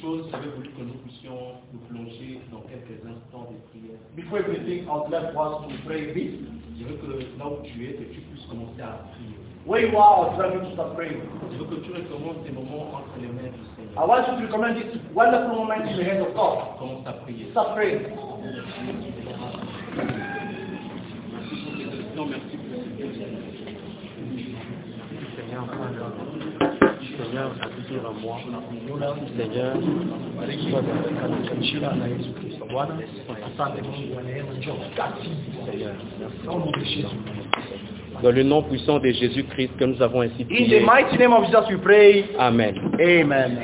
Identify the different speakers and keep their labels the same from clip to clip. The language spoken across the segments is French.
Speaker 1: chose, j'avais voulu que nous puissions nous plonger dans quelques instants de prière.
Speaker 2: Before everything, I would like for us to pray this.
Speaker 1: Je veux que là où tu es, que tu puisses commencer à prier.
Speaker 2: Where you are, I would like you to start praying.
Speaker 1: Je veux que tu recommences tes moments entre les mains du
Speaker 2: I
Speaker 1: Seigneur.
Speaker 2: want you to recommend this wonderful moment in the hands of God.
Speaker 1: Commence à prier.
Speaker 2: Start praying.
Speaker 1: Merci pour tes questions, merci pour ce que tu as fait.
Speaker 3: Seigneur, Seigneur, abudir à moi. Seigneur,
Speaker 4: Jina la Yesu Kristo Bwana, asante Mungu wa neema, njoo kati. Naomba Yesu.
Speaker 3: dans le nom puissant de Jésus-Christ que nous avons ainsi
Speaker 2: In the
Speaker 3: prié.
Speaker 2: mighty name of Jesus we pray.
Speaker 3: Amen.
Speaker 2: Amen.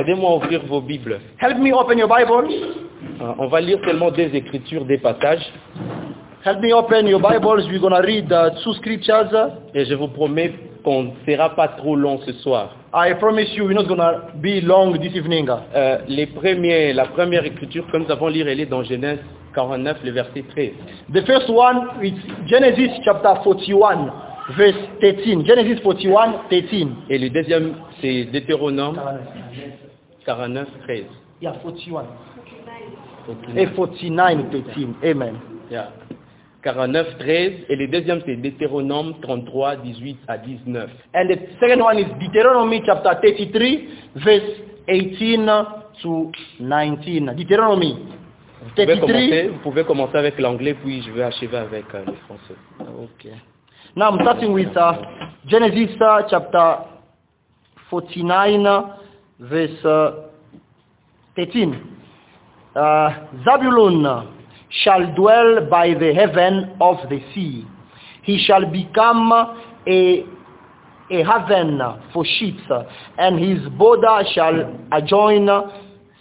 Speaker 3: Aidez-moi à ouvrir vos Bibles.
Speaker 2: Help me open your Bibles.
Speaker 3: Euh, On va lire seulement des écritures, des passages.
Speaker 2: Help me open your Bibles. We're going to read uh, two scriptures.
Speaker 3: Et je vous promets qu'on ne sera pas trop long ce soir.
Speaker 2: I promise you we're not going to be long this evening.
Speaker 3: Euh, les premiers, la première écriture que nous avons lire, elle est dans Genèse 49, le verset 13.
Speaker 2: The first one is Genesis chapter 41, verse 13. Genesis 41, 13.
Speaker 3: Et le deuxième, c'est Deutéronome 49, 13.
Speaker 2: Yeah, 41.
Speaker 3: Donc,
Speaker 2: A 49, 13. Amen.
Speaker 3: Yeah. 49, 13. Et le deuxième, c'est Deutéronome 33, 18 à 19.
Speaker 2: And the second one is Deuteronomy chapter 33, verse 18 to 19. Deuteronomy
Speaker 3: Vous pouvez,
Speaker 2: 33.
Speaker 3: commencer, vous pouvez commencer avec l'anglais, puis je vais achever avec euh, le français.
Speaker 2: Okay. Now I'm starting with uh, Genesis uh, chapter 49, uh, verse uh, 13. Uh, Zabulun shall dwell by the heaven of the sea. He shall become uh, a, a heaven for ships, uh, and his border shall adjoin uh,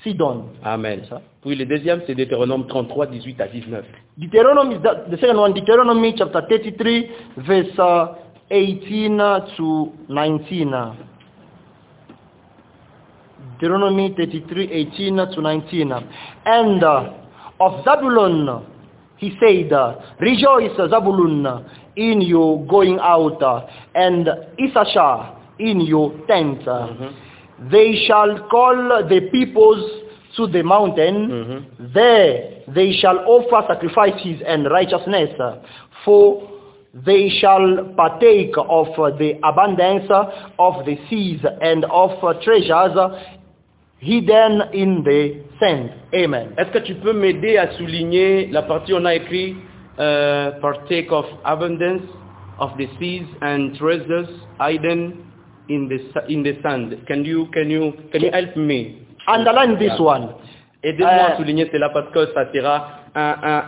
Speaker 2: Sidon.
Speaker 3: Amen.
Speaker 2: Ça.
Speaker 3: Puis le deuxième, c'est Deutéronome 33, 18 à 19.
Speaker 2: Deuteronomy, the the second one, Deuteronomy chapter 33, verse uh, 18 to 19. Deuteronomy 33, 18 to 19. And uh, of Zabulon, he said, Rejoice, Zabulon, in your going out, uh, and Issachar, in your tent. They shall call the peoples to the mountain. There they shall offer sacrifices and righteousness, uh, for they shall partake of uh, the abundance uh, of the seas and of uh, treasures uh, hidden in the sand. Amen.
Speaker 3: Est-ce que tu peux m'aider à souligner la partie où on a écrit euh, Partake of abundance of the seas and treasures hidden in the, sa- in the sand. Can you, can you, can you help me?
Speaker 2: Underline this one.
Speaker 3: Aidez-moi
Speaker 2: Euh,
Speaker 3: à souligner cela parce que ça sera un- un-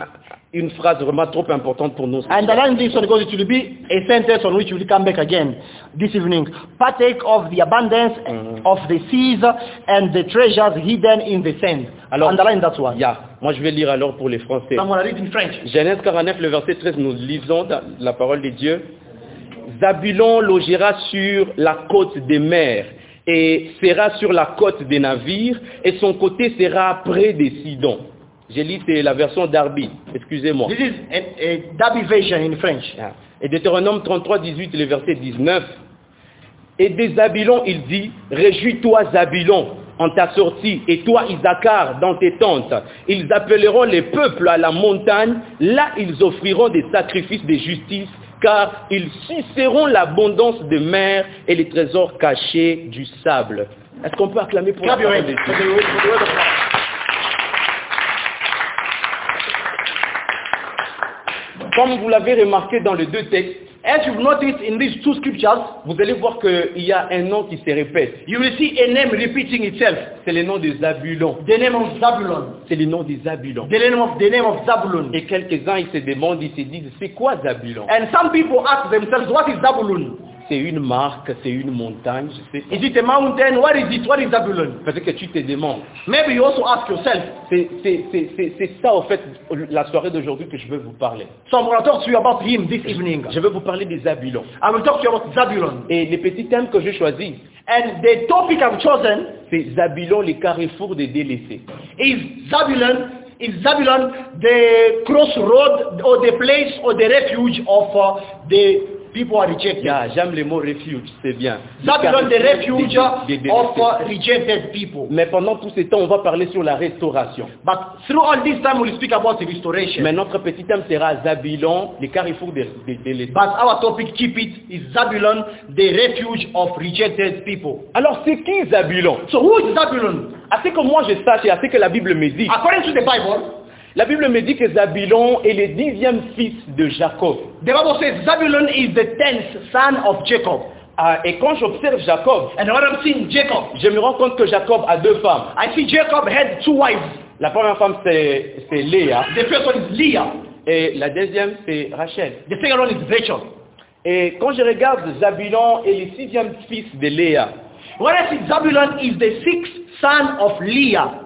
Speaker 3: une phrase vraiment trop importante pour nous.
Speaker 2: Underline this one because it will be a sentence on which we will come back again this evening. Partake of the abundance of the seas and the treasures hidden in the sand. Underline that one.
Speaker 3: Yeah. Moi, je vais lire alors pour les Français.
Speaker 2: I'm going to read in French.
Speaker 3: Genèse 49, le verset 13, nous lisons dans la parole de Dieu. Zabulon logera sur la côte des mers et sera sur la côte des navires et son côté sera près des Sidons. J'ai lu c'est la version d'Arbi, excusez-moi.
Speaker 2: This is a, a derby version in French.
Speaker 3: Ah. Et Deutéronome 33, 18, le verset 19. Et des Zabulon, il dit, réjouis-toi Zabulon en ta sortie, et toi Isaacar dans tes tentes. Ils appelleront les peuples à la montagne, là ils offriront des sacrifices de justice, car ils suceront l'abondance des mers et les trésors cachés du sable. Est-ce qu'on peut acclamer pour la
Speaker 2: Clap your
Speaker 3: parole
Speaker 2: hands
Speaker 3: de
Speaker 2: for
Speaker 3: Dieu
Speaker 2: the, for the word of God.
Speaker 3: Comme vous l'avez remarqué dans les deux textes,
Speaker 2: As you've noticed in these two scriptures,
Speaker 3: vous allez voir qu'il y a un nom qui se répète.
Speaker 2: you will see a name repeating itself.
Speaker 3: C'est le nom des Zabulon.
Speaker 2: The name of Zabulon.
Speaker 3: C'est le nom des Zabulon.
Speaker 2: The name of the name of Zabulon.
Speaker 3: Et quelques-uns, ils se demandent, ils se disent, c'est quoi Zabulon
Speaker 2: And some people ask themselves, what is Zabulon?
Speaker 3: C'est une marque, c'est une montagne, je sais.
Speaker 2: Is it a mountain? What is it? What is Zabulon?
Speaker 3: Parce que tu te demandes.
Speaker 2: Maybe you also ask yourself.
Speaker 3: C'est c'est- c'est- c'est- c'est ça, en fait, la soirée d'aujourd'hui que je veux vous parler.
Speaker 2: So I'm going to talk to you about him this evening.
Speaker 3: Je veux vous parler des Zabulon.
Speaker 2: I will talk to you about Zabulon.
Speaker 3: Et les petits thèmes que j'ai choisis,
Speaker 2: And the topic I've chosen
Speaker 3: c'est Zabulon, les carrefours des délaissés.
Speaker 2: is Zabulon. Is Zabulon the crossroad or the place or the refuge of uh, the people are rejected.
Speaker 3: Yeah, j'aime le mot refuge, c'est bien.
Speaker 2: Babylon, the
Speaker 3: Des-
Speaker 2: refuge
Speaker 3: des- des- des-
Speaker 2: of uh, rejected people.
Speaker 3: Mais pendant tout ce temps, on va parler sur la restauration.
Speaker 2: But through all this time, we'll speak about the restoration.
Speaker 3: Mais notre petit thème sera Zabilon, le carrefour de, de, de l'État.
Speaker 2: But our topic, keep it, is Babylon, the refuge of rejected people.
Speaker 3: Alors c'est qui Zabilon
Speaker 2: So who is Babylon?
Speaker 3: À ce que moi je sache et à ce que la Bible me dit,
Speaker 2: According to the Bible,
Speaker 3: la Bible me dit que Zabilon est le dixième fils de Jacob.
Speaker 2: the Bible says Babylon is the tenth son of Jacob.
Speaker 3: Ah, et quand j'observe Jacob,
Speaker 2: And when I'm seeing Jacob,
Speaker 3: je me rends compte que Jacob a deux femmes.
Speaker 2: I see Jacob had two wives.
Speaker 3: La première femme c'est c'est Léa
Speaker 2: The first one is Leah.
Speaker 3: et la deuxième c'est Rachel.
Speaker 2: The second one is Rachel.
Speaker 3: Et quand je regarde Zabilon est le sixième fils de Léa.
Speaker 2: What I see, Zabulon is the sixth son of Leah.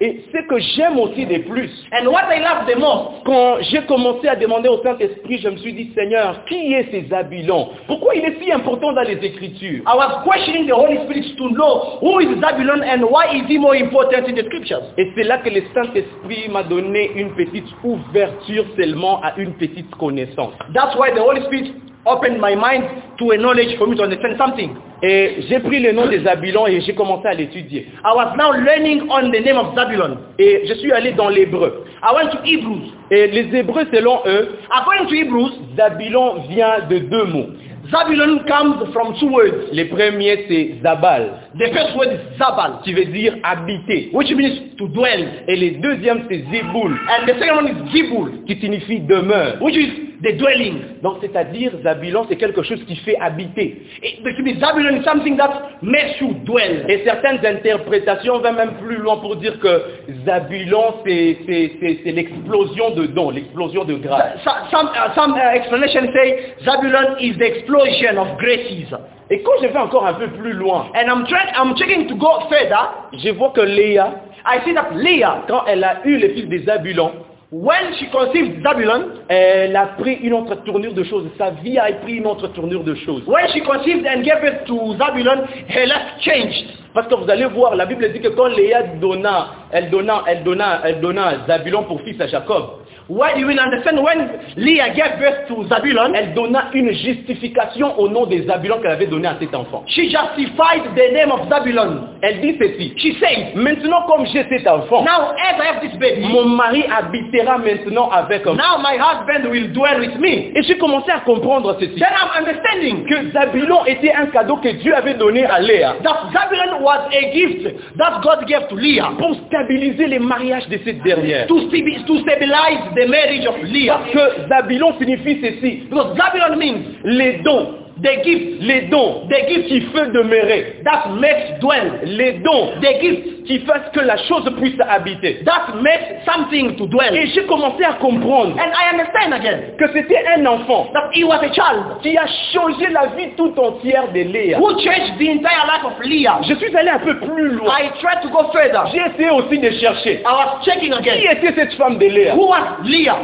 Speaker 3: Et ce que j'aime aussi de plus,
Speaker 2: And what I love the most,
Speaker 3: Quand j'ai commencé à demander au Saint-Esprit, je me suis dit, Seigneur, qui est ces Zabilon Pourquoi il est si important dans les Écritures
Speaker 2: I was questioning the Holy Spirit to know who is Zabulon and why is he more important in the scriptures.
Speaker 3: Et c'est là que le Saint-Esprit m'a donné une petite ouverture seulement à une petite connaissance.
Speaker 2: That's why the Holy Spirit opened my mind to a knowledge for me to understand something.
Speaker 3: Et j'ai pris le nom des Zabilon et j'ai commencé à l'étudier.
Speaker 2: I was now learning on the name of Zabulon.
Speaker 3: Et je suis allé dans l'hébreu.
Speaker 2: I went to Hebrews.
Speaker 3: Et les Hébreux, selon eux,
Speaker 2: According to Hebrews,
Speaker 3: Zabilon vient de deux mots.
Speaker 2: Zabulon comes from two words.
Speaker 3: Le premier, c'est Zabal,
Speaker 2: The first word is Zabal,
Speaker 3: qui veut dire habiter.
Speaker 2: which means to dwell.
Speaker 3: Et le deuxième, c'est Zeboul,
Speaker 2: And the second one is Gibul,
Speaker 3: qui signifie demeure.
Speaker 2: which is the dwelling.
Speaker 3: Donc c'est-à-dire, Zabilon, c'est quelque chose qui fait habiter.
Speaker 2: It, which means Zabulon is something that makes you dwell.
Speaker 3: Et certaines interprétations vont même plus loin pour dire que Zabilon, c'est c'est- c'est- c'est l'explosion de dons, l'explosion de grâce.
Speaker 2: So- some uh, some uh, explanation say Zabulon is the explosion of graces.
Speaker 3: Et quand je vais encore un peu plus loin,
Speaker 2: And I'm trying, I'm checking to go further.
Speaker 3: je vois que Léa,
Speaker 2: I see that Leah,
Speaker 3: quand elle a eu le fils de Zabulon,
Speaker 2: when she conceived Zabulon,
Speaker 3: elle a pris une autre tournure de choses. Sa vie a pris une autre tournure de choses.
Speaker 2: when she conceived and gave birth to Zabulon, her life changed.
Speaker 3: Parce que vous allez voir, la Bible dit que quand Léa donna, elle donna, elle donna, elle donna Zabulon pour fils à Jacob,
Speaker 2: Why you will understand when Leah gave birth to Zabulon,
Speaker 3: elle donna une justification au nom des Zabulon qu'elle avait donné à cet enfant.
Speaker 2: she justified the name of Zabulon.
Speaker 3: Elle dit ceci.
Speaker 2: She said,
Speaker 3: Maintenant, comme j'ai cet enfant,
Speaker 2: now as I have this baby,
Speaker 3: mon mari habitera maintenant avec moi.
Speaker 2: now my husband will dwell with me.
Speaker 3: Et j'ai commencé à comprendre ceci.
Speaker 2: Then I'm understanding
Speaker 3: Que Zabulon était un cadeau que Dieu avait donné à Léa
Speaker 2: that Zabulon was a gift that God gave to Leah
Speaker 3: pour stabiliser les mariages de cette dernière.
Speaker 2: to, stabi- to stabilize the marriage of
Speaker 3: Parce
Speaker 2: Leah.
Speaker 3: que Zabulon signifie ceci.
Speaker 2: Because Zabulon means
Speaker 3: Les dons,
Speaker 2: the gift
Speaker 3: les dons, des gifts qui fait demeurer.
Speaker 2: that makes dwell,
Speaker 3: Les dons,
Speaker 2: the gift
Speaker 3: qui fassent que la chose puisse habiter.
Speaker 2: that makes something to dwell.
Speaker 3: Et j'ai commencé à comprendre
Speaker 2: And I understand again
Speaker 3: que c'était un enfant
Speaker 2: that he was a child
Speaker 3: qui a changé la vie tout entière de Léa.
Speaker 2: who changed the entire life of Leah.
Speaker 3: Je suis allé un peu plus loin.
Speaker 2: I tried to go further.
Speaker 3: J'ai essayé aussi de chercher.
Speaker 2: I was checking
Speaker 3: Qui
Speaker 2: again.
Speaker 3: était cette femme de Léa
Speaker 2: Ah. Who was Leah?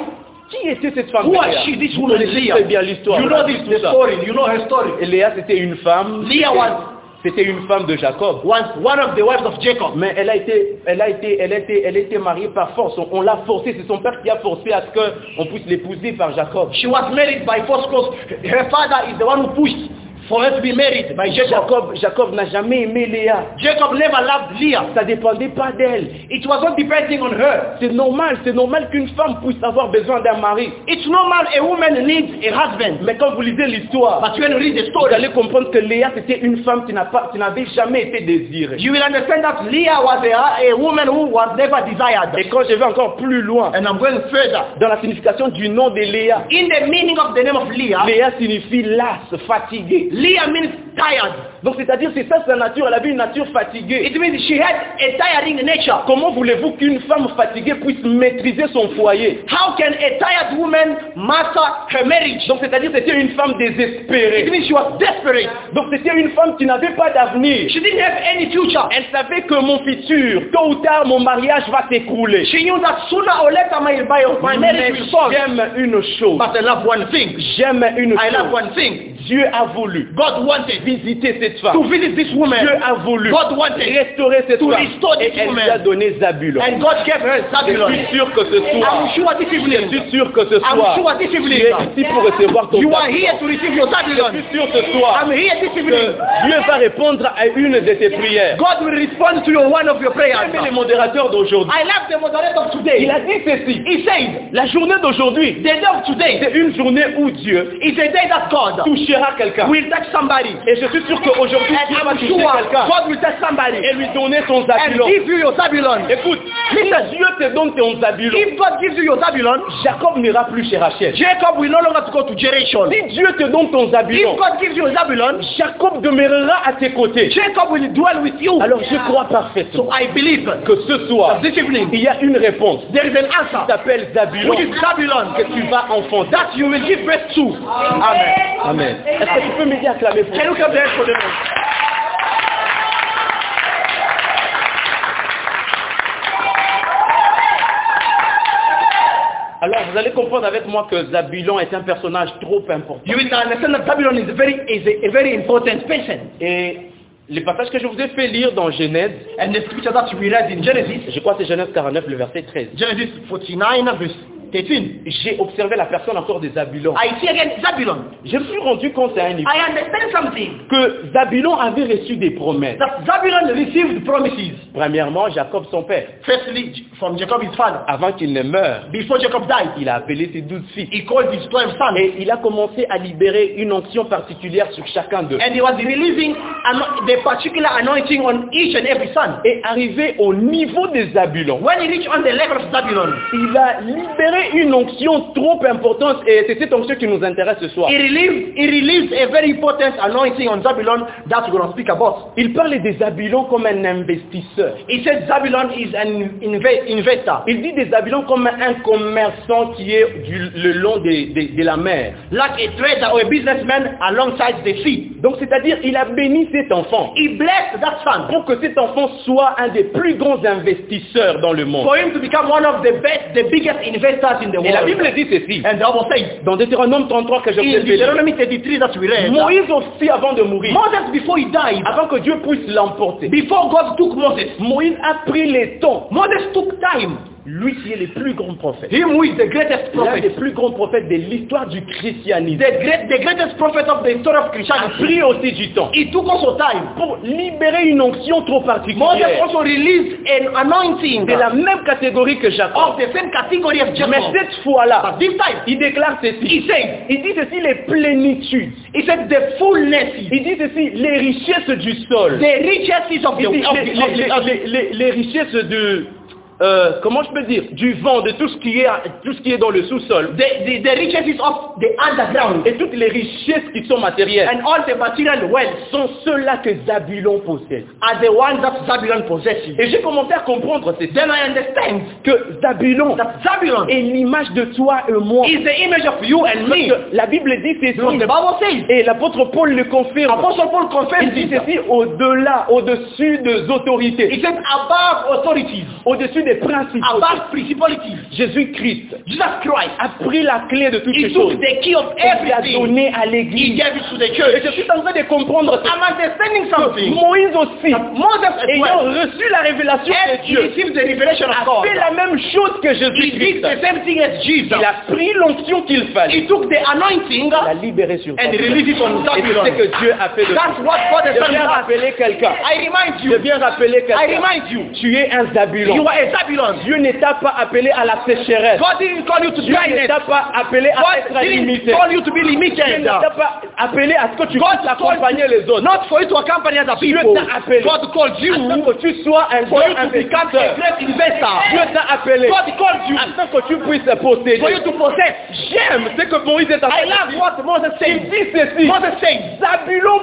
Speaker 3: Qui était cette femme
Speaker 2: Who
Speaker 3: de
Speaker 2: was
Speaker 3: Léa
Speaker 2: she? This
Speaker 3: Vous
Speaker 2: woman
Speaker 3: connaissez
Speaker 2: Leah.
Speaker 3: très bien l'histoire.
Speaker 2: You
Speaker 3: on a
Speaker 2: know
Speaker 3: dit
Speaker 2: this
Speaker 3: tout
Speaker 2: the
Speaker 3: ça.
Speaker 2: story. You know her story.
Speaker 3: Et Léa, c'était une femme.
Speaker 2: Léa
Speaker 3: C'était-
Speaker 2: was-
Speaker 3: C'était une femme de Jacob.
Speaker 2: Was one of the wives of Jacob.
Speaker 3: Mais elle a été, elle a été, elle a été, elle a été mariée par force. On, on l'a forcée. C'est son père qui a forcé à ce qu'on puisse l'épouser par Jacob.
Speaker 2: She was married by force because her father is the one who pushed for her to be married by Jacob.
Speaker 3: Jacob, Jacob n'a jamais aimé Léa.
Speaker 2: Jacob never loved Leah.
Speaker 3: Ça dépendait pas d'elle.
Speaker 2: It was not depending on her.
Speaker 3: C'est normal, c'est normal qu'une femme puisse avoir besoin d'un mari.
Speaker 2: It's normal a woman needs a husband.
Speaker 3: Mais quand vous lisez l'histoire,
Speaker 2: But when you read the
Speaker 3: vous
Speaker 2: story,
Speaker 3: allez comprendre que Léa, c'était une femme qui n'a pas, qui n'avait jamais été désirée.
Speaker 2: you will understand that Leah was a, a woman who was never desired.
Speaker 3: Et quand je vais encore plus loin,
Speaker 2: And I'm going further.
Speaker 3: dans la signification du nom de Léa,
Speaker 2: In the meaning of the name of Leah,
Speaker 3: Léa signifie lasse, fatiguée.
Speaker 2: Leah means tired.
Speaker 3: Donc c'est-à-dire, c'est ça sa nature, elle avait une nature fatiguée.
Speaker 2: It means she had a tiring nature.
Speaker 3: Et comment voulez-vous qu'une femme fatiguée puisse maîtriser son foyer
Speaker 2: How can a tired woman master her marriage?
Speaker 3: Donc c'est-à-dire, c'était une femme
Speaker 2: It
Speaker 3: désespérée.
Speaker 2: means she was desperate.
Speaker 3: Donc c'était une femme qui n'avait pas d'avenir.
Speaker 2: She didn't have any future.
Speaker 3: Elle savait que mon futur, tôt ou tard, mon mariage va s'écrouler.
Speaker 2: She knew that sooner or later my, my, my
Speaker 3: Mais
Speaker 2: marriage will fall.
Speaker 3: j'aime une chose.
Speaker 2: But I love one thing.
Speaker 3: J'aime une
Speaker 2: I love
Speaker 3: chose.
Speaker 2: one thing.
Speaker 3: Dieu a voulu
Speaker 4: God wanted
Speaker 3: visiter cette
Speaker 4: to
Speaker 3: femme.
Speaker 4: visit this woman.
Speaker 3: Dieu a voulu
Speaker 4: God wanted
Speaker 3: restaurer cette
Speaker 4: to
Speaker 3: femme.
Speaker 4: restore
Speaker 3: Et
Speaker 4: this
Speaker 3: elle
Speaker 4: woman.
Speaker 3: lui a donné Zabulon.
Speaker 4: and God gave her
Speaker 3: Je
Speaker 4: Zabulon.
Speaker 3: suis sûr que ce
Speaker 4: I'm
Speaker 3: soir,
Speaker 4: sure this
Speaker 3: je
Speaker 4: evening
Speaker 3: suis sûr que ce
Speaker 4: I'm
Speaker 3: soir,
Speaker 4: sure
Speaker 3: tu
Speaker 4: this
Speaker 3: es
Speaker 4: evening.
Speaker 3: ici pour recevoir ton
Speaker 4: you are here
Speaker 3: Zabulon.
Speaker 4: to receive your
Speaker 3: Je
Speaker 4: Zabulon.
Speaker 3: suis sûr ce soir
Speaker 4: I'm here this
Speaker 3: que
Speaker 4: evening.
Speaker 3: Dieu va répondre à une de tes prières.
Speaker 4: God will respond to your one of your prayers.
Speaker 3: Aimez les modérateurs d'aujourd'hui.
Speaker 4: I love the moderator of today.
Speaker 3: Il a dit ceci.
Speaker 4: He said,
Speaker 3: La journée d'aujourd'hui,
Speaker 4: the day of today
Speaker 3: c'est une journée où Dieu
Speaker 4: is a day that God
Speaker 3: touchera quelqu'un.
Speaker 4: will touch somebody.
Speaker 3: Et je suis sûr qu'aujourd'hui,
Speaker 4: And
Speaker 3: Dieu va
Speaker 4: I'm
Speaker 3: toucher
Speaker 4: sure
Speaker 3: quelqu'un
Speaker 4: God will touch somebody
Speaker 3: et lui donner son
Speaker 4: and
Speaker 3: Zabulon.
Speaker 4: give you your Zabulon.
Speaker 3: Écoute, si Dieu te donne ton Zabulon,
Speaker 4: If God gives you your Zabulon,
Speaker 3: Jacob n'ira plus chez Rachel.
Speaker 4: Jacob will no longer to go to Jericho.
Speaker 3: Si Dieu te donne ton Zabulon,
Speaker 4: If God gives you Zabulon,
Speaker 3: Jacob demeurera à tes côtés.
Speaker 4: Jacob will dwell with you.
Speaker 3: Alors je crois parfaitement
Speaker 4: So I believe that
Speaker 3: que ce soir,
Speaker 4: this evening
Speaker 3: il y a une réponse
Speaker 4: there is an
Speaker 3: qui
Speaker 4: answer
Speaker 3: s'appelle Zabulon
Speaker 4: which is Babylon
Speaker 3: que tu vas enfanter.
Speaker 4: that you will give birth to. Amen.
Speaker 3: Amen. Est-ce que tu peux m'aider à clamer pour
Speaker 4: Can you clap your hands for the Lord?
Speaker 3: Alors vous allez comprendre avec moi que Zabulon est un personnage trop important.
Speaker 4: You will understand that Babylon is very is a, a very important person.
Speaker 3: Et les passages que je vous ai fait lire dans Genèse,
Speaker 4: And the scripture that we read in Genesis,
Speaker 3: je crois que c'est Genèse 49, le verset 13.
Speaker 4: Genesis 49 verse 13,
Speaker 3: J'ai observé la personne encore des Zabulon.
Speaker 4: I see again Babylon.
Speaker 3: Je me suis rendu compte à un niveau
Speaker 4: I understand something.
Speaker 3: que Zabulon avait reçu des promesses.
Speaker 4: That Babylon received promises.
Speaker 3: Premièrement, Jacob son père.
Speaker 4: Firstly, J- from Jacob his father.
Speaker 3: Avant qu'il ne meure,
Speaker 4: Before Jacob died,
Speaker 3: il a appelé ses douze filles.
Speaker 4: he called his twelve sons.
Speaker 3: Et il a commencé à libérer une onction particulière sur chacun d'eux.
Speaker 4: And he was releasing ano- the particular anointing on each and every son.
Speaker 3: Et arrivé au niveau des Zabulon,
Speaker 4: When he reached on the level of Babylon,
Speaker 3: il a libéré une onction trop importante. Et c'est cette onction qui nous intéresse ce soir.
Speaker 4: he released, he released a very important anointing on Babylon that we're going to speak about.
Speaker 3: Il parle des Zabulon comme un investisseur.
Speaker 4: He said Babylon is an inve- investor.
Speaker 3: Il dit des Zabulon comme un commerçant qui est du- le long des- des- de la mer.
Speaker 4: like a trader or a businessman alongside the sea.
Speaker 3: Donc c'est-à-dire, il a béni cet enfant.
Speaker 4: He blessed that son
Speaker 3: pour que cet enfant soit un des plus grands investisseurs dans le monde.
Speaker 4: for him to become one of the best, the biggest investors in the
Speaker 3: Et
Speaker 4: world.
Speaker 3: la Bible dit ceci,
Speaker 4: And the Bible says,
Speaker 3: dans Deutéronome 33 que je vous ai
Speaker 4: in
Speaker 3: fait lire,
Speaker 4: Deuteronomy 33 that we read,
Speaker 3: Moïse aussi avant de mourir,
Speaker 4: Moses before he died,
Speaker 3: avant que Dieu puisse l'emporter,
Speaker 4: before God took Moses,
Speaker 3: Moïse a pris les temps,
Speaker 4: Moses took time.
Speaker 3: lui qui est le plus grand prophète,
Speaker 4: Him who is the greatest
Speaker 3: l'un des
Speaker 4: prophet,
Speaker 3: plus grands prophètes de l'histoire du
Speaker 4: the,
Speaker 3: christianisme,
Speaker 4: great, the greatest prophet of the history of
Speaker 3: a
Speaker 4: Christianity,
Speaker 3: pris aussi du temps
Speaker 4: he took also time.
Speaker 3: pour libérer une onction trop
Speaker 4: Moses
Speaker 3: particulière
Speaker 4: also released an anointing
Speaker 3: de la même catégorie que Jacob.
Speaker 4: of the same category as
Speaker 3: Mais
Speaker 4: Jacob.
Speaker 3: cette fois-là,
Speaker 4: But this time,
Speaker 3: il déclare ceci.
Speaker 4: he said,
Speaker 3: Il dit ceci les plénitudes.
Speaker 4: he said the fullness
Speaker 3: Il dit ceci les richesses du sol.
Speaker 4: The richesses of the,
Speaker 3: Il dit,
Speaker 4: of
Speaker 3: les,
Speaker 4: the, of the,
Speaker 3: les- ah,
Speaker 4: of the
Speaker 3: les- les- les richesses de euh, comment je peux dire du vent, de tout ce qui est tout ce qui est dans le sous-sol
Speaker 4: the, the, the richesses of the underground
Speaker 3: et toutes les richesses qui sont matérielles
Speaker 4: and all the material wealth
Speaker 3: sont ceux-là que Zabulon possède.
Speaker 4: are the ones that Babylon possesses.
Speaker 3: Et j'ai commencé à comprendre c'est
Speaker 4: Then I understand
Speaker 3: que Zabulon
Speaker 4: that Babylon
Speaker 3: est l'image de toi et moi.
Speaker 4: is the image of you and
Speaker 3: Parce
Speaker 4: me.
Speaker 3: que la Bible dit
Speaker 4: Because
Speaker 3: ceci
Speaker 4: the Bible says,
Speaker 3: et l'apôtre Paul le confirme.
Speaker 4: Apostle Paul
Speaker 3: Il
Speaker 4: confessed
Speaker 3: dit
Speaker 4: it.
Speaker 3: ceci au-delà, au-dessus des
Speaker 4: He
Speaker 3: autorités,
Speaker 4: said, above authorities,
Speaker 3: au-dessus des principes.
Speaker 4: above principalities,
Speaker 3: Jésus-Christ
Speaker 4: Jesus Christ,
Speaker 3: a pris la clé de toutes
Speaker 4: he
Speaker 3: ces
Speaker 4: took
Speaker 3: choses.
Speaker 4: the key of
Speaker 3: Et il a
Speaker 4: everything.
Speaker 3: donné à
Speaker 4: He
Speaker 3: l'église.
Speaker 4: gave it to the
Speaker 3: Et je
Speaker 4: church.
Speaker 3: suis en train de comprendre
Speaker 4: I'm understanding
Speaker 3: que
Speaker 4: something.
Speaker 3: Moïse aussi,
Speaker 4: Moses as
Speaker 3: ayant
Speaker 4: well,
Speaker 3: reçu la révélation
Speaker 4: and
Speaker 3: de
Speaker 4: he
Speaker 3: Dieu,
Speaker 4: received the revelation of God.
Speaker 3: fait la même chose que
Speaker 4: He did
Speaker 3: Jésus-Christ.
Speaker 4: the same thing as Jesus.
Speaker 3: Il a pris l'onction qu'il fallait,
Speaker 4: He took the anointing
Speaker 3: il l'a
Speaker 4: and
Speaker 3: libéré sur toi. Et
Speaker 4: released it on
Speaker 3: c'est ce
Speaker 4: Babylon.
Speaker 3: que Dieu a fait de toi.
Speaker 4: That's what God has
Speaker 3: Je
Speaker 4: done
Speaker 3: viens
Speaker 4: with us.
Speaker 3: rappeler quelqu'un.
Speaker 4: I remind
Speaker 3: Je
Speaker 4: you,
Speaker 3: viens rappeler
Speaker 4: I
Speaker 3: quelqu'un.
Speaker 4: remind you,
Speaker 3: Tu es un
Speaker 4: you
Speaker 3: Zabulon.
Speaker 4: are a Babylon.
Speaker 3: Dieu ne t'a pas appelé à la sécheresse.
Speaker 4: God didn't call you to
Speaker 3: Dieu ne
Speaker 4: blindness.
Speaker 3: t'a pas appelé à
Speaker 4: God
Speaker 3: être
Speaker 4: didn't
Speaker 3: limité.
Speaker 4: call you to be
Speaker 3: Dieu
Speaker 4: limited.
Speaker 3: ne t'a pas appelé à ce que tu puisses accompagner les autres.
Speaker 4: Not for you to accompany other
Speaker 3: Dieu
Speaker 4: people.
Speaker 3: t'a appelé.
Speaker 4: God called you
Speaker 3: Afin que tu sois un
Speaker 4: for you
Speaker 3: grand
Speaker 4: to become
Speaker 3: investisseur.
Speaker 4: a great investor.
Speaker 3: Dieu t'a appelé.
Speaker 4: God called you
Speaker 3: Afin que tu puisses posséder.
Speaker 4: for you to possess.
Speaker 3: J'aime ce que Moïse est en
Speaker 4: I
Speaker 3: train de
Speaker 4: love
Speaker 3: dire.
Speaker 4: what Moses
Speaker 3: Il
Speaker 4: said.
Speaker 3: dit ceci.
Speaker 4: Moses said,
Speaker 3: Zabulon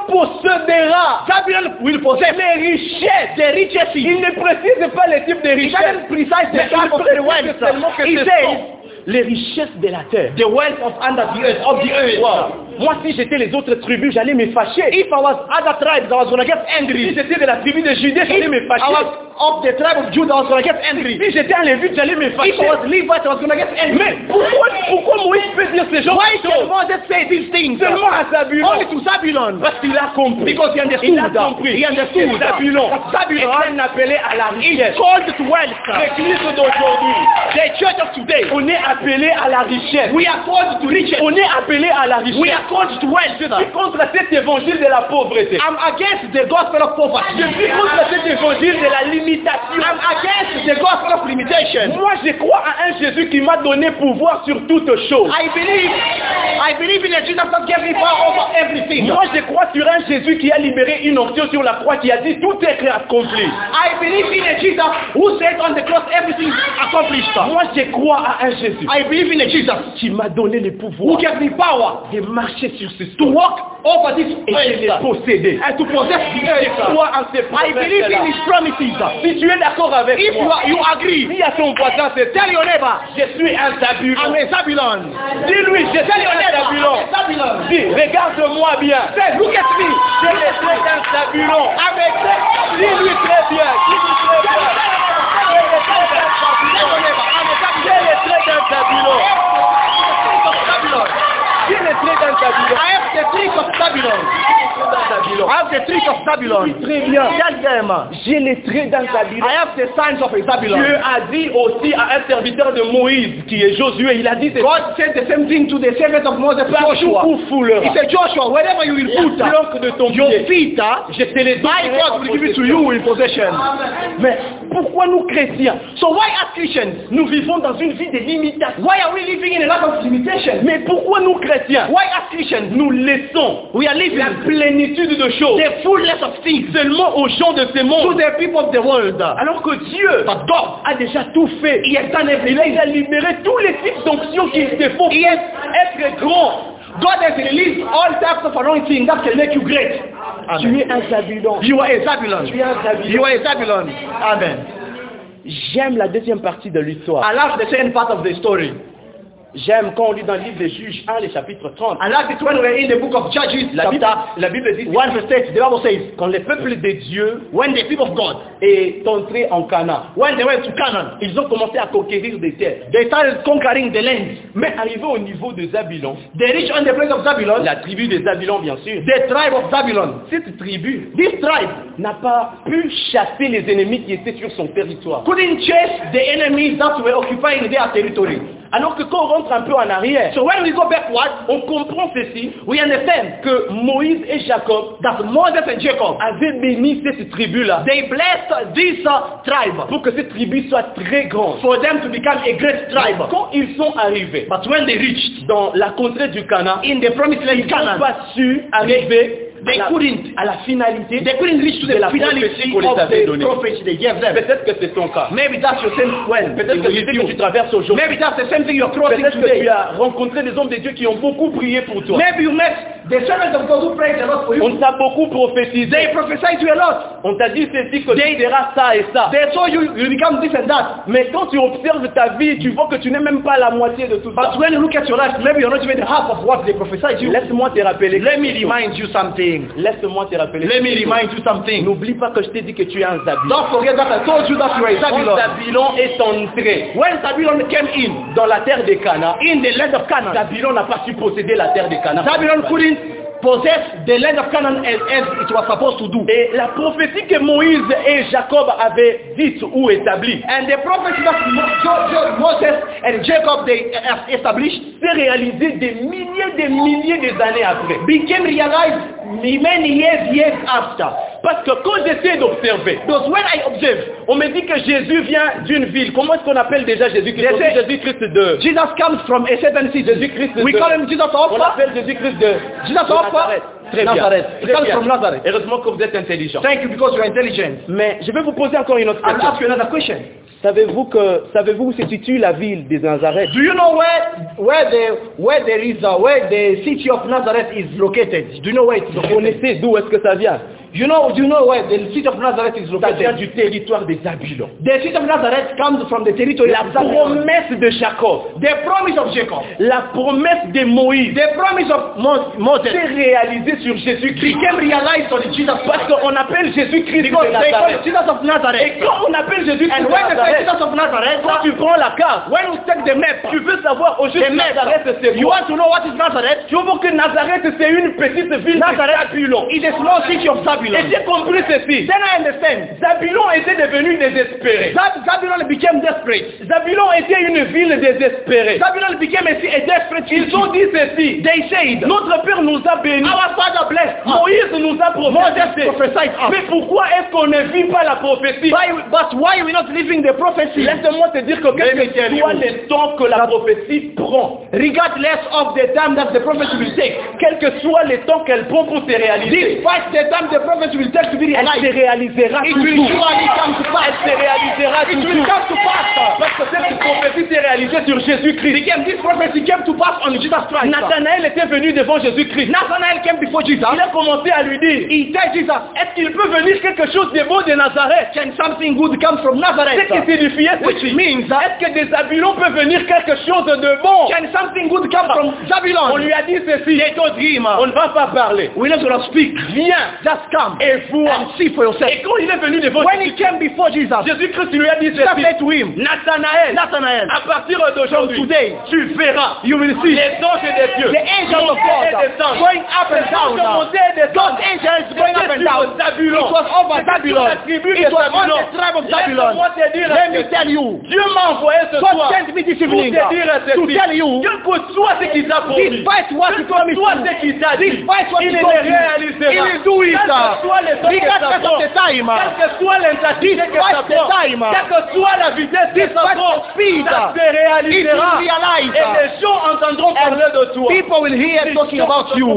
Speaker 3: possédera
Speaker 4: Babylon will possess
Speaker 3: les richesses.
Speaker 4: the riches
Speaker 3: Il ne précise pas les types de
Speaker 4: He
Speaker 3: richesses.
Speaker 4: doesn't precise the
Speaker 3: Mais
Speaker 4: type of the
Speaker 3: il
Speaker 4: wealth.
Speaker 3: précise seulement que
Speaker 4: He
Speaker 3: ce
Speaker 4: says
Speaker 3: sont les richesses de la terre.
Speaker 4: the wealth of under the earth, of the earth.
Speaker 3: Wow. Moi, si j'étais les autres tribus, j'allais me fâcher.
Speaker 2: If I was other tribes, I was going to get
Speaker 3: Si
Speaker 2: angry.
Speaker 3: j'étais de la tribu de Judée, j'allais me
Speaker 2: If I
Speaker 3: fâcher.
Speaker 2: was of the tribe of Judah, I was going to get angry.
Speaker 3: Si j'étais un Lévite, j'allais me
Speaker 2: If I
Speaker 3: fâcher.
Speaker 2: was Levite, I was going to get
Speaker 3: Mais
Speaker 2: angry.
Speaker 3: pourquoi, pourquoi Moïse peut dire ces gens
Speaker 2: Why can Moses say these things?
Speaker 3: Seulement à Zabulon.
Speaker 2: Only to Zabulon.
Speaker 3: Parce qu'il a compris.
Speaker 2: Because he understood.
Speaker 3: Il a compris.
Speaker 2: He understood.
Speaker 3: Et Zabulon
Speaker 2: Zabulon.
Speaker 3: est un appelé à la richesse.
Speaker 2: It's called to wealth.
Speaker 3: L'église d'aujourd'hui,
Speaker 2: The church of today.
Speaker 3: on est appelé à la richesse.
Speaker 2: We are called to riches.
Speaker 3: On est appelé à la richesse.
Speaker 2: We are called to
Speaker 3: Je
Speaker 2: wealth.
Speaker 3: suis contre cet évangile de la pauvreté.
Speaker 2: I'm against the gospel of poverty.
Speaker 3: Je suis contre cet évangile de la limitation.
Speaker 2: I'm against the gospel of limitation.
Speaker 3: Moi, je crois à un Jésus qui m'a donné pouvoir sur toutes choses.
Speaker 2: I believe, I believe in a Jesus that gave me power over everything.
Speaker 3: Moi, je crois sur un Jésus qui a libéré une onction sur la croix, qui a dit tout est accompli.
Speaker 2: I believe in a Jesus who said on the cross everything is accomplished.
Speaker 3: Moi, je crois à un Jésus
Speaker 2: I believe in a Jesus
Speaker 3: qui m'a donné le
Speaker 2: who
Speaker 3: pouvoir
Speaker 2: gave me power
Speaker 3: de marcher sur ce
Speaker 2: to
Speaker 3: toit
Speaker 2: walk over this
Speaker 3: et de le
Speaker 2: earth
Speaker 3: posséder.
Speaker 2: and to possess the
Speaker 3: Je
Speaker 2: earth.
Speaker 3: crois en ces
Speaker 2: I believe in
Speaker 3: promesses
Speaker 2: his promises.
Speaker 3: Si tu es d'accord avec
Speaker 2: If you,
Speaker 3: moi,
Speaker 2: are, you agree,
Speaker 3: dis à ton voisin, c'est
Speaker 2: tell your neighbor,
Speaker 3: je suis un
Speaker 2: I'm
Speaker 3: Zabulon.
Speaker 2: a Babylon.
Speaker 3: Dis-lui, je
Speaker 2: Tell
Speaker 3: suis
Speaker 2: your
Speaker 3: un
Speaker 2: neighbor,
Speaker 3: Zabulon.
Speaker 2: I'm a Babylon.
Speaker 3: Dis, regarde-moi bien.
Speaker 2: Say, look at me.
Speaker 3: Je ne suis un Zabulon.
Speaker 2: I'm a
Speaker 3: Dis-lui très bien. Dis-lui très bien. J'ai les traits d'un Zabulon.
Speaker 2: Ah,
Speaker 3: J'ai les traits d'un Zabulon.
Speaker 2: I have the trick of Babylon. I have the trick of Babylon.
Speaker 3: Très bien.
Speaker 2: Tell them,
Speaker 3: J'ai les traits d'un Zabulon.
Speaker 2: I have the signs of Ah, a
Speaker 3: Dieu
Speaker 2: Babylon.
Speaker 3: a dit aussi à un serviteur de Moïse, qui est Josué, il a dit c'est
Speaker 2: God said the same thing to the servant of Moses,
Speaker 3: partout
Speaker 2: Joshua.
Speaker 3: où foulera.
Speaker 2: He said, Joshua, wherever you will
Speaker 3: Tout
Speaker 2: put uh,
Speaker 3: bloc de ton
Speaker 2: your
Speaker 3: pied.
Speaker 2: feet, uh,
Speaker 3: ah, Je te les
Speaker 2: my
Speaker 3: donnerai en
Speaker 2: God will give it to
Speaker 3: possession.
Speaker 2: you in possession.
Speaker 3: Mais pourquoi nous chrétiens,
Speaker 2: So why as Christians,
Speaker 3: nous vivons dans une vie de limitation
Speaker 2: why are we living in a life of limitation?
Speaker 3: Mais pourquoi nous chrétiens,
Speaker 2: Why as Christians,
Speaker 3: nous laissons
Speaker 2: we are
Speaker 3: la
Speaker 2: living
Speaker 3: plénitude de choses
Speaker 2: the fullness of things
Speaker 3: seulement aux gens de ce
Speaker 2: to
Speaker 3: monde
Speaker 2: the people of the world.
Speaker 3: Alors que Dieu
Speaker 2: But God,
Speaker 3: a déjà tout fait.
Speaker 2: He has done
Speaker 3: Il
Speaker 2: everything.
Speaker 3: a libéré tous les types d'onctions qu'il te faut pour
Speaker 2: He has,
Speaker 3: être grand.
Speaker 2: God has released all types of anointing that can make you great.
Speaker 3: Tu es un Zabulon.
Speaker 2: You are a Babylon.
Speaker 3: Tu es un Zabulon.
Speaker 2: You are a Babylon. Amen.
Speaker 3: J'aime la deuxième partie de l'histoire.
Speaker 2: I love the second part of the story.
Speaker 3: J'aime quand on lit dans le livre des Juges 1, le chapitre 30.
Speaker 2: I love it when we're in the book of Judges,
Speaker 3: La Bible,
Speaker 2: chapter
Speaker 3: la Bible dit
Speaker 2: 1 verse 8. The Bible says,
Speaker 3: quand le peuple de Dieu
Speaker 2: when the people of God,
Speaker 3: est entré en Canaan,
Speaker 2: when they went to Canaan,
Speaker 3: ils ont commencé à conquérir des terres.
Speaker 2: they started conquering the land.
Speaker 3: Mais arrivé au niveau de Zabulon,
Speaker 2: They reached on the place of Babylon,
Speaker 3: la tribu de Zabulon bien sûr,
Speaker 2: the tribe of Babylon.
Speaker 3: cette tribu
Speaker 2: This tribe
Speaker 3: n'a pas pu chasser les ennemis qui étaient sur son territoire.
Speaker 2: couldn't chase the enemies that were occupying their territory.
Speaker 3: Alors que quand on rentre un peu en arrière,
Speaker 2: So when we go backwards,
Speaker 3: on comprend ceci,
Speaker 2: we understand
Speaker 3: que Moïse et Jacob
Speaker 2: that Moses and Jacob,
Speaker 3: avaient béni cette tribu-là
Speaker 2: they blessed this uh, tribe
Speaker 3: pour que cette tribu soit très grande.
Speaker 2: for them to become a great tribe.
Speaker 3: Quand ils sont arrivés
Speaker 2: But when they reached
Speaker 3: dans la contrée du Canaan,
Speaker 2: in the promised land,
Speaker 3: ils n'ont
Speaker 2: Canaan,
Speaker 3: pas su arriver
Speaker 2: they
Speaker 3: à la-
Speaker 2: couldn't.
Speaker 3: à la finalité.
Speaker 2: they couldn't reach to
Speaker 3: de
Speaker 2: the
Speaker 3: la prophétie
Speaker 2: finality
Speaker 3: qu'on les
Speaker 2: of
Speaker 3: avait
Speaker 2: the
Speaker 3: donnée.
Speaker 2: prophecy they gave them.
Speaker 3: Peut-être que c'est ton cas.
Speaker 2: Maybe that's your same well.
Speaker 3: Peut-être que c'est ce que tu traverses aujourd'hui.
Speaker 2: Maybe that's the same thing you're crossing
Speaker 3: Peut-être que tu
Speaker 2: today.
Speaker 3: as rencontré des hommes de Dieu qui ont beaucoup prié pour toi.
Speaker 2: Maybe you met the servants of God who prayed a lot for you.
Speaker 3: On t'a beaucoup prophétisé.
Speaker 2: They prophesied you a lot.
Speaker 3: On t'a dit ceci que tu verras ça et ça.
Speaker 2: They told you you become this and that.
Speaker 3: Mais quand tu observes ta vie, tu vois que tu n'es même pas à la moitié de tout ça.
Speaker 2: But when you look at your life, maybe you're not even half of what they prophesied you.
Speaker 3: Laisse-moi te rappeler.
Speaker 2: Let me
Speaker 3: quelque chose.
Speaker 2: remind you something.
Speaker 3: Laisse-moi te rappeler.
Speaker 2: Let me
Speaker 3: quelque chose.
Speaker 2: remind you something.
Speaker 3: N'oublie pas que je t'ai dit que tu es un Zabulon.
Speaker 2: Don't forget that I told you that you are a
Speaker 3: Quand
Speaker 2: Babylon.
Speaker 3: Zabulon est entré
Speaker 2: When Babylon came in,
Speaker 3: dans la terre des Canaan,
Speaker 2: in the land of Canaan,
Speaker 3: Zabulon n'a pas su posséder la terre des Canaan.
Speaker 2: Babylon couldn't possess the land of Canaan as, as it was supposed to do.
Speaker 3: Et la prophétie que Moïse et Jacob avaient dite ou établie
Speaker 2: And the prophecy that Mo- Jo- Jo- Moses and Jacob they uh, established
Speaker 3: s'est réalisée des milliers, des milliers des années après.
Speaker 2: became realized many years, years after.
Speaker 3: Parce que quand j'essaie d'observer,
Speaker 2: Because when I observe,
Speaker 3: on me dit que Jésus vient d'une ville. Comment est-ce qu'on appelle déjà Jésus-Christ
Speaker 2: Des-
Speaker 3: Jésus-Christ de...
Speaker 2: Jesus comes from E a certain city.
Speaker 3: Jésus-Christ
Speaker 2: We
Speaker 3: de-
Speaker 2: call him Jesus of
Speaker 3: On
Speaker 2: Alpha.
Speaker 3: l'appelle Jésus-Christ de...
Speaker 2: Jesus
Speaker 3: de
Speaker 2: of
Speaker 3: Nazareth. Très bien.
Speaker 2: Nazareth.
Speaker 3: Très
Speaker 2: Come
Speaker 3: bien.
Speaker 2: from Nazareth.
Speaker 3: Heureusement que vous êtes intelligent.
Speaker 2: Thank you because you are intelligent.
Speaker 3: Mais je vais vous poser encore une autre
Speaker 2: I'll
Speaker 3: question.
Speaker 2: ask you another question.
Speaker 3: Savez-vous que savez-vous où se situe la ville des Nazareth
Speaker 2: Do you know where where the where there is uh, where the city of Nazareth is located? Do you know where it's
Speaker 3: Vous
Speaker 2: located?
Speaker 3: connaissez d'où est-ce que ça vient
Speaker 4: You know, you know where the city of Nazareth is
Speaker 3: Ça vient
Speaker 4: located.
Speaker 3: du territoire des Zabulons.
Speaker 4: The city of Nazareth comes from the territory
Speaker 3: La
Speaker 4: of Zabulon.
Speaker 3: promesse de Jacob,
Speaker 4: The promise of Jacob.
Speaker 3: la promesse de Moïse
Speaker 4: The promise of Mo-
Speaker 3: s'est
Speaker 4: Moses
Speaker 3: réalisée sur Jésus-Christ.
Speaker 4: became realized on Jesus
Speaker 3: Parce
Speaker 4: Christ.
Speaker 3: qu'on appelle Jésus-Christ de
Speaker 4: Because they call it
Speaker 3: Nazareth.
Speaker 4: Jesus of
Speaker 3: Et
Speaker 4: Nazareth.
Speaker 3: quand on appelle Jésus-Christ
Speaker 4: And
Speaker 3: de
Speaker 4: when they say
Speaker 3: Nazareth,
Speaker 4: Jesus of Nazareth,
Speaker 3: quand tu prends la carte,
Speaker 4: when you take the map,
Speaker 3: tu veux savoir au juste
Speaker 4: the map,
Speaker 3: Nazareth c'est
Speaker 4: you
Speaker 3: quoi
Speaker 4: want to know what is Nazareth?
Speaker 3: Tu veux que Nazareth c'est une petite ville de
Speaker 4: Nazareth
Speaker 3: Zabulon.
Speaker 4: is a small city
Speaker 3: Et
Speaker 4: of Babylon.
Speaker 3: j'ai compris ceci.
Speaker 4: Then I understand.
Speaker 3: Zabulon était devenu désespéré.
Speaker 4: That Babylon became desperate.
Speaker 3: Zabulon était une ville désespérée.
Speaker 4: Babylon became a, ci- a desperate city.
Speaker 3: Ils ont dit ceci.
Speaker 4: They said,
Speaker 3: Notre Père nous a bénis.
Speaker 4: our father blessed us.
Speaker 3: Moïse nous a prophétisé.
Speaker 4: prophesied us.
Speaker 3: Mais pourquoi est-ce qu'on ne vit pas la prophétie
Speaker 4: Why, but why are we not living the prophecy?
Speaker 3: Laisse-moi te dire que quel
Speaker 4: Même
Speaker 3: que
Speaker 4: si
Speaker 3: soit
Speaker 4: elle est où
Speaker 3: le temps que la prophétie prend,
Speaker 4: Regardless of the time that the prophecy will take.
Speaker 3: quel que soit le temps qu'elle prend pour se réaliser,
Speaker 4: Despite the time the prophecy will take to be
Speaker 3: elle se
Speaker 4: realized,
Speaker 3: réalisera
Speaker 4: it will
Speaker 3: toujours.
Speaker 4: surely come to pass.
Speaker 3: Elle se réalisera
Speaker 4: It will
Speaker 3: toujours.
Speaker 4: come to pass.
Speaker 3: Parce que cette prophétie s'est réalisée sur Jésus-Christ.
Speaker 4: Again, this prophecy came to pass on Jesus Christ.
Speaker 3: Nathanaël était venu devant Jésus-Christ.
Speaker 4: Nathanael came before Jesus.
Speaker 3: Il a commencé à lui dire,
Speaker 4: He said, Jesus,
Speaker 3: est-ce qu'il peut venir quelque chose de beau de Nazareth
Speaker 4: can something good come from
Speaker 3: Qu'est-ce
Speaker 4: Nazareth?
Speaker 3: qui signifiait
Speaker 4: Which
Speaker 3: ceci
Speaker 4: means that
Speaker 3: Est-ce que des Zabulons peut venir quelque chose de bon
Speaker 4: can something good come from
Speaker 3: On
Speaker 4: Babylon?
Speaker 3: lui a dit ceci. On ne va pas parler.
Speaker 4: We're not going to speak.
Speaker 3: Viens
Speaker 4: Just come
Speaker 3: et
Speaker 4: and
Speaker 3: vois.
Speaker 4: see for yourself.
Speaker 3: Et quand il est venu devant
Speaker 4: When he
Speaker 3: Jésus-Christ,
Speaker 4: came before Jesus,
Speaker 3: Jésus-Christ lui a dit
Speaker 4: Jesus said
Speaker 3: ceci.
Speaker 4: to him,
Speaker 3: Nathanaël,
Speaker 4: Nathanael,
Speaker 3: à partir d'aujourd'hui,
Speaker 4: Today,
Speaker 3: tu verras
Speaker 4: you will see
Speaker 3: les anges des
Speaker 4: the
Speaker 3: dieux.
Speaker 4: angel of God going up and down. Those angels going up and down. It was over Babylon. It was on the tribe of Babylon. Let me tell you,
Speaker 3: Dieu m'a envoyé ce
Speaker 4: God
Speaker 3: soir
Speaker 4: sent me this
Speaker 3: pour te
Speaker 4: evening
Speaker 3: dire
Speaker 4: to
Speaker 3: ceci.
Speaker 4: tell you,
Speaker 3: Quel que soit ce qu'il t'a promis,
Speaker 4: despite what he promised
Speaker 3: soit
Speaker 4: you,
Speaker 3: ce qu'il t'a dit,
Speaker 4: despite what he
Speaker 3: il le
Speaker 4: told you,
Speaker 3: réalisera.
Speaker 4: he will do it.
Speaker 3: Quel que soit les temps que ça
Speaker 4: Regardless of
Speaker 3: prend,
Speaker 4: the time,
Speaker 3: quelle que soit l'intensité que ça
Speaker 4: despite the
Speaker 3: prend,
Speaker 4: time,
Speaker 3: quelle que soit la vitesse que ça
Speaker 4: despite
Speaker 3: prend,
Speaker 4: the speed,
Speaker 3: ça se réalisera.
Speaker 4: it will realize.
Speaker 3: Et les gens entendront
Speaker 4: and
Speaker 3: parler de toi.
Speaker 4: people will hear talking about you.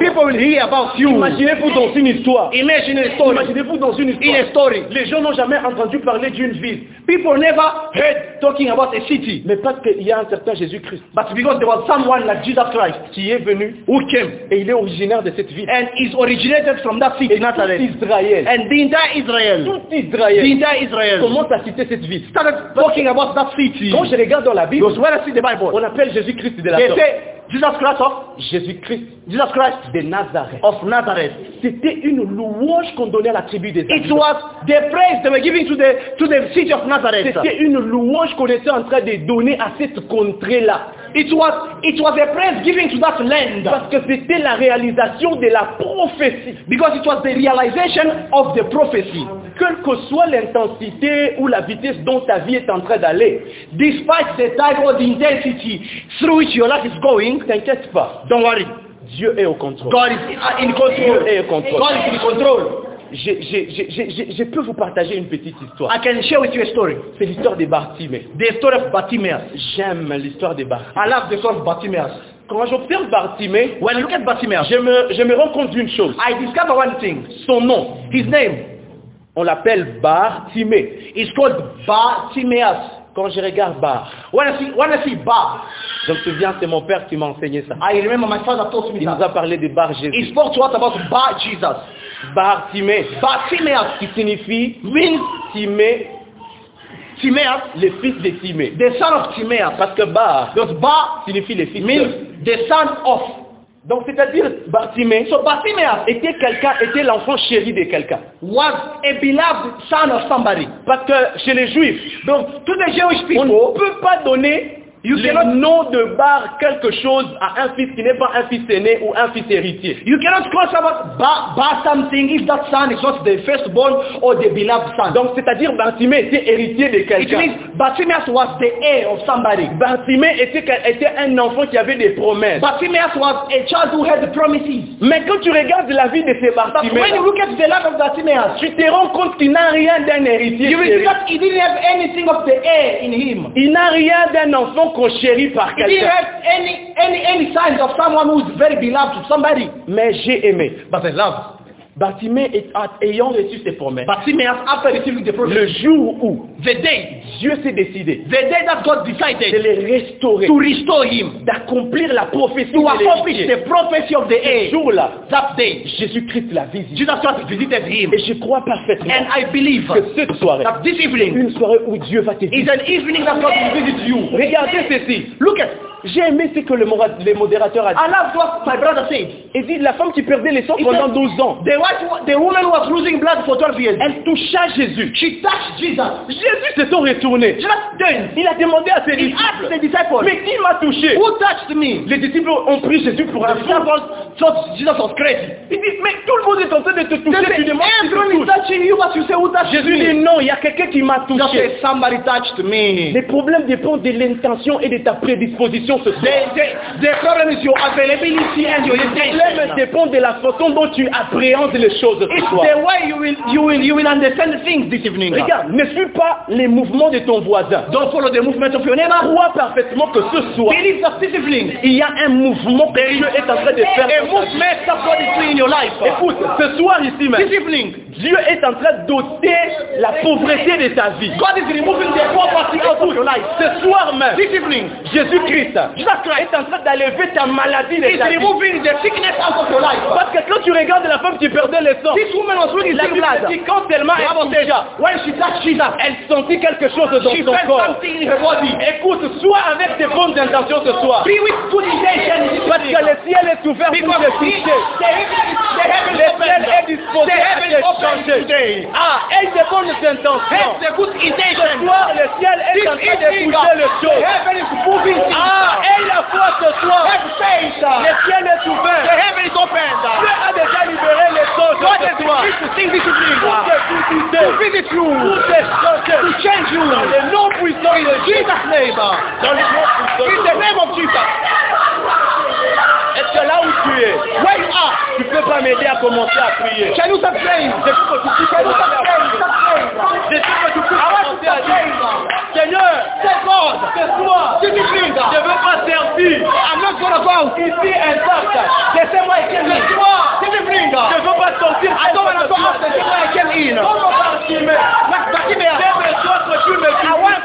Speaker 4: People will hear about you.
Speaker 3: Imaginez-vous dans une histoire.
Speaker 4: Imagine a story.
Speaker 3: Imaginez-vous dans une
Speaker 4: In
Speaker 3: histoire.
Speaker 4: a story.
Speaker 3: Les gens n'ont jamais entendu parler d'une ville.
Speaker 4: People never heard talking about a city.
Speaker 3: Mais parce qu'il y a un certain Jésus-Christ
Speaker 4: But because there was someone like Jesus Christ
Speaker 3: qui est venu
Speaker 4: who came
Speaker 3: et il est originaire de cette ville.
Speaker 4: and is originated from that city,
Speaker 3: Et tout
Speaker 4: Nazareth.
Speaker 3: Israël,
Speaker 4: And the entire Israel,
Speaker 3: tout
Speaker 4: the
Speaker 3: Israël
Speaker 4: entire Israel
Speaker 3: commence à citer cette ville.
Speaker 4: started talking about that city.
Speaker 3: Quand je regarde dans la Bible,
Speaker 4: Because when I see the Bible,
Speaker 3: on appelle Jésus-Christ de
Speaker 4: they
Speaker 3: la sorte.
Speaker 4: say Jesus Christ of
Speaker 3: Jésus-Christ
Speaker 4: Jesus Christ
Speaker 3: de Nazareth.
Speaker 4: of Nazareth.
Speaker 3: C'était une louange qu'on donnait à la tribu des
Speaker 4: It
Speaker 3: Israélites.
Speaker 4: was the praise they were giving to the to the city of Nazareth.
Speaker 3: C'était une louange qu'on était en train de donner à cette contrée-là.
Speaker 4: It was it was a praise given to that land.
Speaker 3: Parce que c'était la réalisation de la prophétie.
Speaker 4: Because it was the realization of the prophecy.
Speaker 3: Quelle que soit l'intensité ou la vitesse dont ta vie est en train d'aller,
Speaker 4: Despite the type of intensity through which your life is going,
Speaker 3: t'inquiète pas,
Speaker 4: don't worry.
Speaker 3: Dieu est au contrôle.
Speaker 4: God is in control.
Speaker 3: Dieu est au contrôle.
Speaker 4: God is in control.
Speaker 3: Je, je- je- je- je- je peux vous partager une petite histoire.
Speaker 4: I can share with you a story.
Speaker 3: C'est l'histoire des Bartimée.
Speaker 4: The story of Bartimaeus.
Speaker 3: J'aime l'histoire des Bartimée.
Speaker 4: I love the story of Bartimaeus.
Speaker 3: Quand j'observe Bartimée,
Speaker 4: When I look at Bartimaeus,
Speaker 3: je me, je me rends compte d'une chose.
Speaker 4: I discover one thing.
Speaker 3: Son nom,
Speaker 4: His name
Speaker 3: on l'appelle Bartimée.
Speaker 4: is called Bartimaeus.
Speaker 3: Quand je regarde Bar,
Speaker 4: When I see when I see Bar,
Speaker 3: je me souviens, c'est mon père qui m'a enseigné ça.
Speaker 4: I remember my father taught me
Speaker 3: Il nous
Speaker 4: that.
Speaker 3: a parlé de Bar
Speaker 4: He
Speaker 3: Jésus.
Speaker 4: spoke to us about Bar Jesus.
Speaker 3: Bartimée,
Speaker 4: Bartimaeus
Speaker 3: qui signifie
Speaker 4: means
Speaker 3: Timée,
Speaker 4: Timaeus,
Speaker 3: le fils de Timée.
Speaker 4: the son of Timaeus.
Speaker 3: Parce que Bar
Speaker 4: Because Bar
Speaker 3: signifie le fils de.
Speaker 4: means the son of.
Speaker 3: Donc c'est-à-dire Bartimée
Speaker 4: So Bartimaeus
Speaker 3: était quelqu'un, était l'enfant chéri de quelqu'un.
Speaker 4: was a beloved son of somebody.
Speaker 3: Parce que chez les Juifs,
Speaker 4: Donc, to the Jewish
Speaker 3: on
Speaker 4: people,
Speaker 3: ne peut pas donner
Speaker 4: You
Speaker 3: le
Speaker 4: cannot-
Speaker 3: nom de Bar quelque chose à un fils qui n'est pas un fils aîné ou un fils héritier.
Speaker 4: you cannot call someone bar, bar something if that son is not the firstborn or the beloved son.
Speaker 3: Donc c'est-à-dire Bartimée était héritier de
Speaker 4: it
Speaker 3: quelqu'un.
Speaker 4: means Bartimaeus was the heir of somebody.
Speaker 3: Bartimée était, quel- était un enfant qui avait des promesses.
Speaker 4: Bartimaeus was a child who had promises.
Speaker 3: Mais quand tu regardes la vie de ces
Speaker 4: But when
Speaker 3: Bartimée,
Speaker 4: you look at the life of Bartimaeus,
Speaker 3: tu te rends compte qu'il n'a rien d'un héritier.
Speaker 4: you will see
Speaker 3: chéri.
Speaker 4: that he didn't have anything of the heir in him.
Speaker 3: Il n'a rien d'un enfant qu'on chérit par
Speaker 4: He didn't
Speaker 3: quelqu'un.
Speaker 4: have any, any, any signs of someone who is very beloved to somebody.
Speaker 3: Mais j'ai aimé.
Speaker 4: But I love.
Speaker 3: Bartimée est- a- ayant reçu ses promesses,
Speaker 4: But Simeon, after receiving the prophet,
Speaker 3: le jour où
Speaker 4: the day,
Speaker 3: Dieu s'est décidé
Speaker 4: the day that God
Speaker 3: de
Speaker 4: decided
Speaker 3: les restaurer,
Speaker 4: to restore him,
Speaker 3: d'accomplir la prophétie
Speaker 4: to
Speaker 3: de
Speaker 4: accomplish
Speaker 3: l'héritier.
Speaker 4: the prophecy of the
Speaker 3: Ce
Speaker 4: age,
Speaker 3: jour-là,
Speaker 4: that day,
Speaker 3: Jésus-Christ l'a visité.
Speaker 4: Jesus Christ visited him.
Speaker 3: Et je crois parfaitement
Speaker 4: And I believe
Speaker 3: que cette soirée,
Speaker 4: that this evening
Speaker 3: une soirée où Dieu va te
Speaker 4: is
Speaker 3: visiter.
Speaker 4: an evening that God will visit you.
Speaker 3: Regardez ceci.
Speaker 4: Look at,
Speaker 3: J'ai aimé ce que le mora- les modérateurs a dit.
Speaker 4: I love what my brother said.
Speaker 3: Il dit, la femme qui perdait les sangs
Speaker 4: He
Speaker 3: pendant
Speaker 4: said,
Speaker 3: 12 ans,
Speaker 4: The, white, the woman was losing blood for 12 years.
Speaker 3: elle toucha Jésus.
Speaker 4: She touched Jesus.
Speaker 3: Jésus s'est retourné.
Speaker 4: Jesus turned.
Speaker 3: Il a demandé à ses
Speaker 4: He asked the
Speaker 3: disciples,
Speaker 4: disciples,
Speaker 3: mais qui m'a touché
Speaker 4: Who touched me?
Speaker 3: Les disciples ont pris Jésus pour
Speaker 4: The
Speaker 3: un fou.
Speaker 4: disciples thought Jesus was crazy.
Speaker 3: Il dit, mais tout le monde est en train de te
Speaker 4: They
Speaker 3: toucher, tu
Speaker 4: said,
Speaker 3: demandes qui te
Speaker 4: Everyone is
Speaker 3: touche.
Speaker 4: touching you, but you say, Who touched
Speaker 3: Jésus dit,
Speaker 4: me?
Speaker 3: non, il y a quelqu'un qui m'a
Speaker 4: Just
Speaker 3: touché.
Speaker 4: say, Somebody touched me.
Speaker 3: Les problèmes dépendent de l'intention et de ta prédisposition ce soir.
Speaker 4: The, the, the problem is your availability and your
Speaker 3: problèmes
Speaker 4: intention.
Speaker 3: dépendent de la façon dont tu appréhendes les choses ce
Speaker 4: It's
Speaker 3: soir.
Speaker 4: the way you will, you will, you will understand things this evening.
Speaker 3: Regarde, ne suis pas les mouvements de ton voisin.
Speaker 4: Don't follow the movement of your neighbor.
Speaker 3: Crois parfaitement que ce soir,
Speaker 4: Believe that this evening.
Speaker 3: il y a un mouvement que Dieu est en train de faire.
Speaker 4: A
Speaker 3: dans ta vie.
Speaker 4: movement that God is doing in your life.
Speaker 3: Écoute, ce soir ici
Speaker 4: This
Speaker 3: même,
Speaker 4: evening,
Speaker 3: Dieu est en train d'ôter la pauvreté de ta vie.
Speaker 4: God is removing the poverty out of your life.
Speaker 3: Ce soir même,
Speaker 4: This evening,
Speaker 3: Jésus-Christ
Speaker 4: Jesus Christ
Speaker 3: est en train d'enlever ta maladie de
Speaker 4: is
Speaker 3: ta vie.
Speaker 4: removing the sickness out of your life.
Speaker 3: Parce que quand tu regardes la femme qui perdait le sang,
Speaker 4: This woman was really
Speaker 3: la
Speaker 4: sick
Speaker 3: Bible
Speaker 4: blood.
Speaker 3: dit quand tellement
Speaker 4: The Bible
Speaker 3: elle
Speaker 4: says,
Speaker 3: toucha,
Speaker 4: when she touched Jesus,
Speaker 3: elle sentit quelque chose
Speaker 4: she
Speaker 3: dans son
Speaker 4: felt
Speaker 3: corps.
Speaker 4: something in her body.
Speaker 3: Écoute, sois avec tes bonnes intentions ce soir.
Speaker 4: Be with good intention.
Speaker 3: Parce que le ciel est ouvert pour
Speaker 4: Because
Speaker 3: te
Speaker 4: he,
Speaker 3: toucher.
Speaker 4: the heaven is the heaven
Speaker 3: Le
Speaker 4: is open.
Speaker 3: ciel est
Speaker 4: The
Speaker 3: disposé à
Speaker 4: heaven is
Speaker 3: te
Speaker 4: open
Speaker 3: changer.
Speaker 4: today.
Speaker 3: Ah, aie de bonnes
Speaker 4: Have
Speaker 3: intentions.
Speaker 4: the good
Speaker 3: Ce
Speaker 4: intention.
Speaker 3: soir, le ciel est en train de toucher les
Speaker 4: The
Speaker 3: choses.
Speaker 4: heaven is moving things.
Speaker 3: Ah, aie la foi ce soir.
Speaker 4: Have faith.
Speaker 3: Le ciel est
Speaker 4: The
Speaker 3: ouvert.
Speaker 4: heaven is open.
Speaker 3: Dieu a déjà libéré les choses
Speaker 4: God has
Speaker 3: ce soir.
Speaker 4: released the thing this
Speaker 3: Pour
Speaker 4: evening.
Speaker 3: te toucher.
Speaker 4: visit you.
Speaker 3: Pour te changer.
Speaker 4: To change you.
Speaker 3: Dans le nom puissant de Jésus.
Speaker 4: Jesus' name.
Speaker 3: Dans le nom puissant
Speaker 4: In
Speaker 3: de
Speaker 4: the
Speaker 3: Jésus.
Speaker 4: name of Jesus.
Speaker 3: Est-ce que là où tu es,
Speaker 4: Where you are.
Speaker 3: tu peux pas m'aider à commencer à prier
Speaker 4: Can you stop praying?
Speaker 3: Je veux que tu puisses
Speaker 4: Can you stop
Speaker 3: commencer à prier.
Speaker 4: praying? Stop praying.
Speaker 3: Je veux que tu puisses
Speaker 4: I want you to
Speaker 3: commencer à dire,
Speaker 4: stop praying.
Speaker 3: Seigneur,
Speaker 4: Say God.
Speaker 3: ce soir,
Speaker 4: This evening.
Speaker 3: je ne veux pas servir
Speaker 4: I'm not gonna go out.
Speaker 3: ici intact.
Speaker 4: The same way I came in. This evening.
Speaker 3: Je ne veux pas sortir
Speaker 4: I don't wanna go out the same way I came in.
Speaker 3: Comment partir
Speaker 4: But but give me a-
Speaker 3: J'ai besoin que tu me
Speaker 4: I want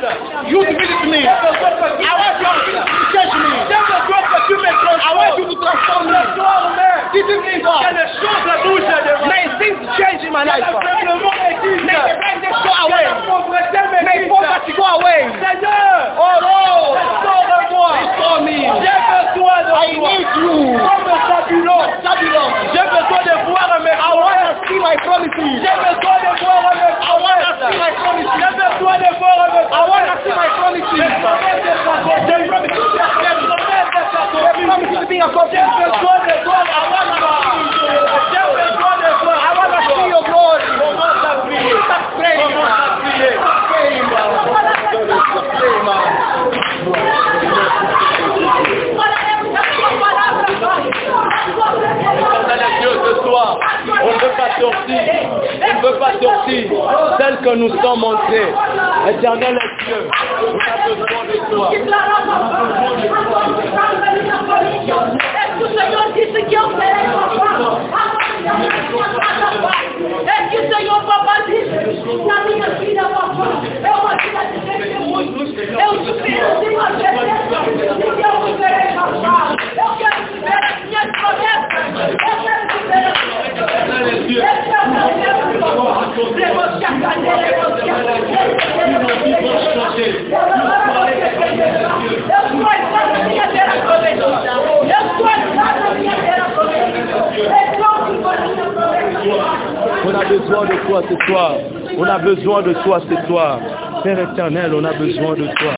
Speaker 3: visites.
Speaker 4: you to visit me.
Speaker 3: J'ai besoin que tu
Speaker 4: I want you
Speaker 3: me
Speaker 4: to change me.
Speaker 3: J'ai besoin que tu me
Speaker 4: I want you
Speaker 3: transformes.
Speaker 4: to transform me.
Speaker 3: Ce soir même,
Speaker 4: This
Speaker 3: que
Speaker 4: evening, God.
Speaker 3: les choses bougent devant
Speaker 4: May things change in my life.
Speaker 3: Que le monde existe.
Speaker 4: May the blindness go
Speaker 3: Que
Speaker 4: away.
Speaker 3: la pauvreté me
Speaker 4: May
Speaker 3: quitte.
Speaker 4: poverty go away.
Speaker 3: Seigneur,
Speaker 4: Oh Lord,
Speaker 3: restaure-moi.
Speaker 4: restore me.
Speaker 3: J'ai besoin
Speaker 4: I
Speaker 3: de toi.
Speaker 4: need you.
Speaker 3: Comme Babylone,
Speaker 4: Babylon.
Speaker 3: j'ai besoin de voir mes
Speaker 4: I
Speaker 3: promesses.
Speaker 4: want to see my promises.
Speaker 3: J'ai besoin de voir mes promesses. J'ai besoin de voir mes
Speaker 4: I want to
Speaker 3: promesses.
Speaker 4: see my promises.
Speaker 3: Les promesses de ta
Speaker 4: The
Speaker 3: conduite.
Speaker 4: promises to be
Speaker 3: Les
Speaker 4: accomplished.
Speaker 3: promesses de ta
Speaker 4: The promises
Speaker 3: conduite.
Speaker 4: to be accomplished.
Speaker 3: J'ai besoin de voir la gloire. J'ai besoin de voir
Speaker 4: I want to
Speaker 3: la
Speaker 4: see
Speaker 3: gloire.
Speaker 4: your glory.
Speaker 3: Commence à prier.
Speaker 4: Stop praying.
Speaker 3: Commence à prier.
Speaker 4: Stop praying. Stop praying, man.
Speaker 3: Seigneur Dieu, ce soir, on ne veut pas sortir, on ne veut pas sortir tel que nous sommes entrés. Éternel est Dieu, on a besoin de toi. On a besoin de toi ce soir. On a besoin de toi ce soir. Père éternel, on a besoin de toi.